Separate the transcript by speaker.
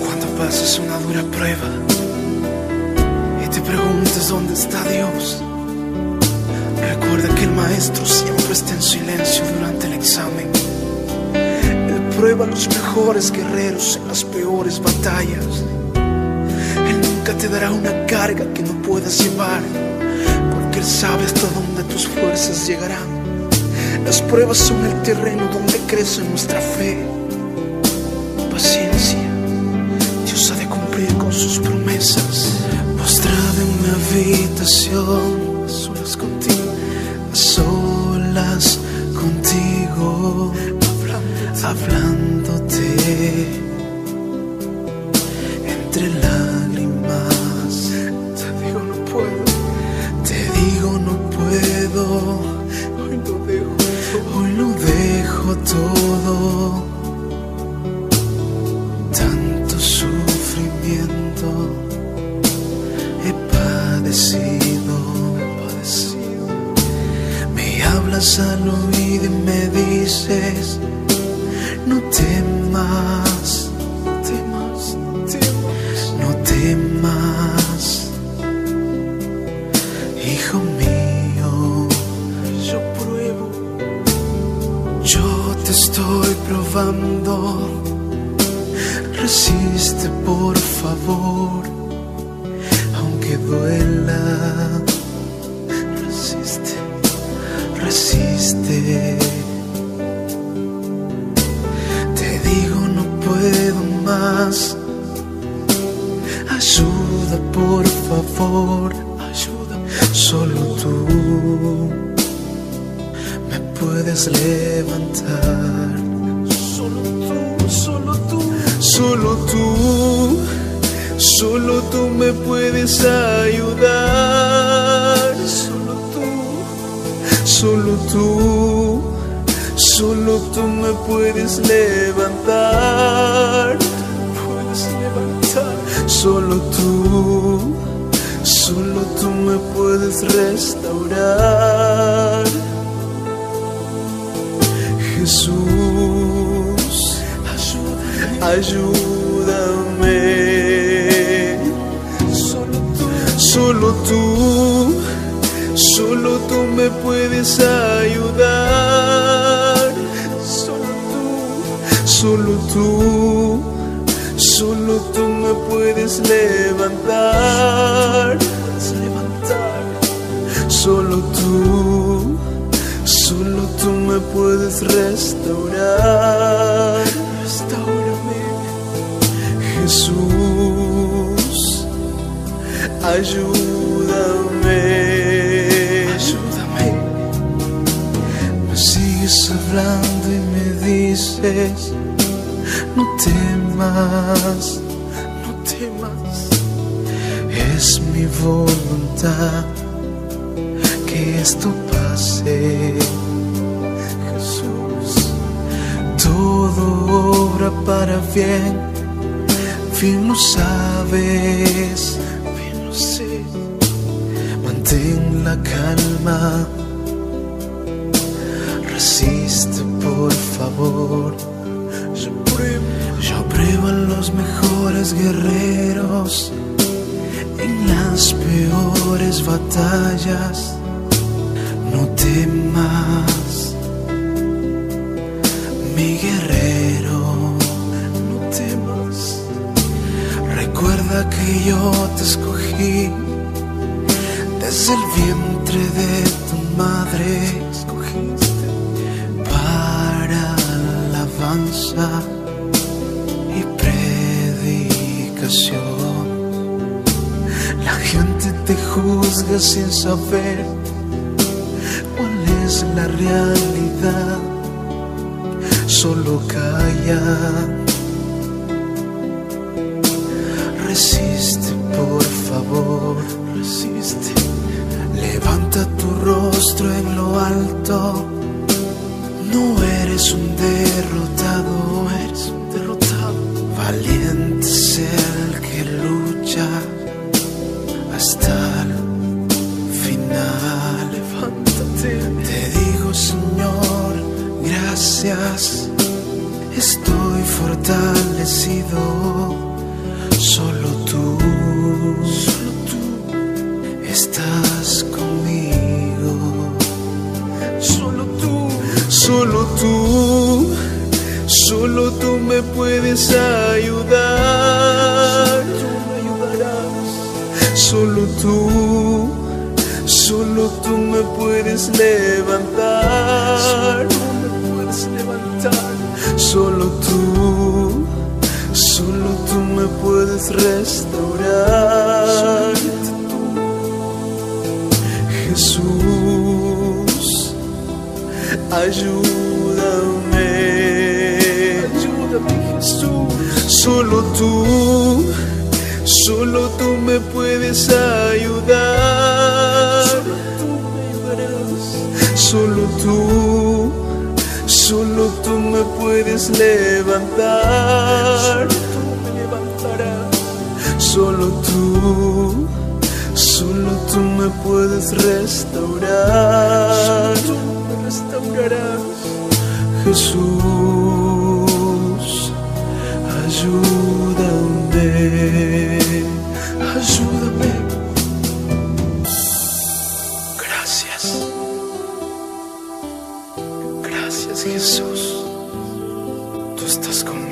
Speaker 1: Cuando pasas una dura prueba y te preguntas dónde está Dios, recuerda que el maestro siempre está en silencio durante el examen. Él prueba a los mejores guerreros en las peores batallas. Él nunca te dará una carga que no puedas llevar, porque Él sabe hasta dónde tus fuerzas llegarán. Las pruebas son el terreno donde crece nuestra fe. Paciencia. Dios ha de cumplir con sus promesas. Postrada en mi habitación, a solas contigo, a solas contigo, hablándote entre lágrimas. Te digo no puedo, te digo no puedo. Hoy lo dejo, hoy lo dejo todo tanto sufrimiento he padecido. Me hablas al oído y me dices, no temas, no temas, no temas, no temas, hijo mío, yo pruebo, yo te estoy probando. Resiste, por favor, aunque duela. Resiste, resiste. Te digo, no puedo más. Ayuda, por favor. Ayuda, solo tú me puedes levantar. Solo tú, solo tú, solo tú, solo tú me puedes ayudar. Solo tú, solo tú, solo tú me puedes levantar. Puedes levantar. Solo tú, solo tú me puedes restaurar. Jesús, ayúdame. Solo tú, solo tú, solo tú me puedes ayudar. Solo tú, solo tú, solo tú me puedes levantar. Solo tú. Solo tú me puedes restaurar. Restaurame, Jesús. Ayúdame. Ayúdame. Me sigues hablando y me dices: No temas, no temas. Es mi voluntad que esto pase. Jesús, todo obra para bien, bien lo sabes, bien lo sé. Mantén la calma, resiste por favor. Yo pruebo, yo pruebo a los mejores guerreros en las peores batallas. No temas, mi guerrero, no temas. Recuerda que yo te escogí desde el vientre de tu madre. Para alabanza y predicación. La gente te juzga sin saber cuál es la realidad. Solo calla. Resiste, por favor. Resiste. Levanta tu rostro en lo alto. No eres un derrotado, eres un derrotado. Valiente serás fortalecido solo tú. Solo tú estás conmigo. Solo tú, solo tú, solo tú me puedes ayudar. Solo tú, solo tú me puedes levantar. Solo tú, solo tú me puedes restaurar. Jesús, ayúdame. Ayúdame, Jesús. Solo tú, solo tú me puedes ayudar. Solo tú, solo tú me puedes levantar. Solo tú, solo tú me puedes restaurar. Jesús, ayúdame, ayúdame. Gracias, gracias Jesús, tú estás conmigo.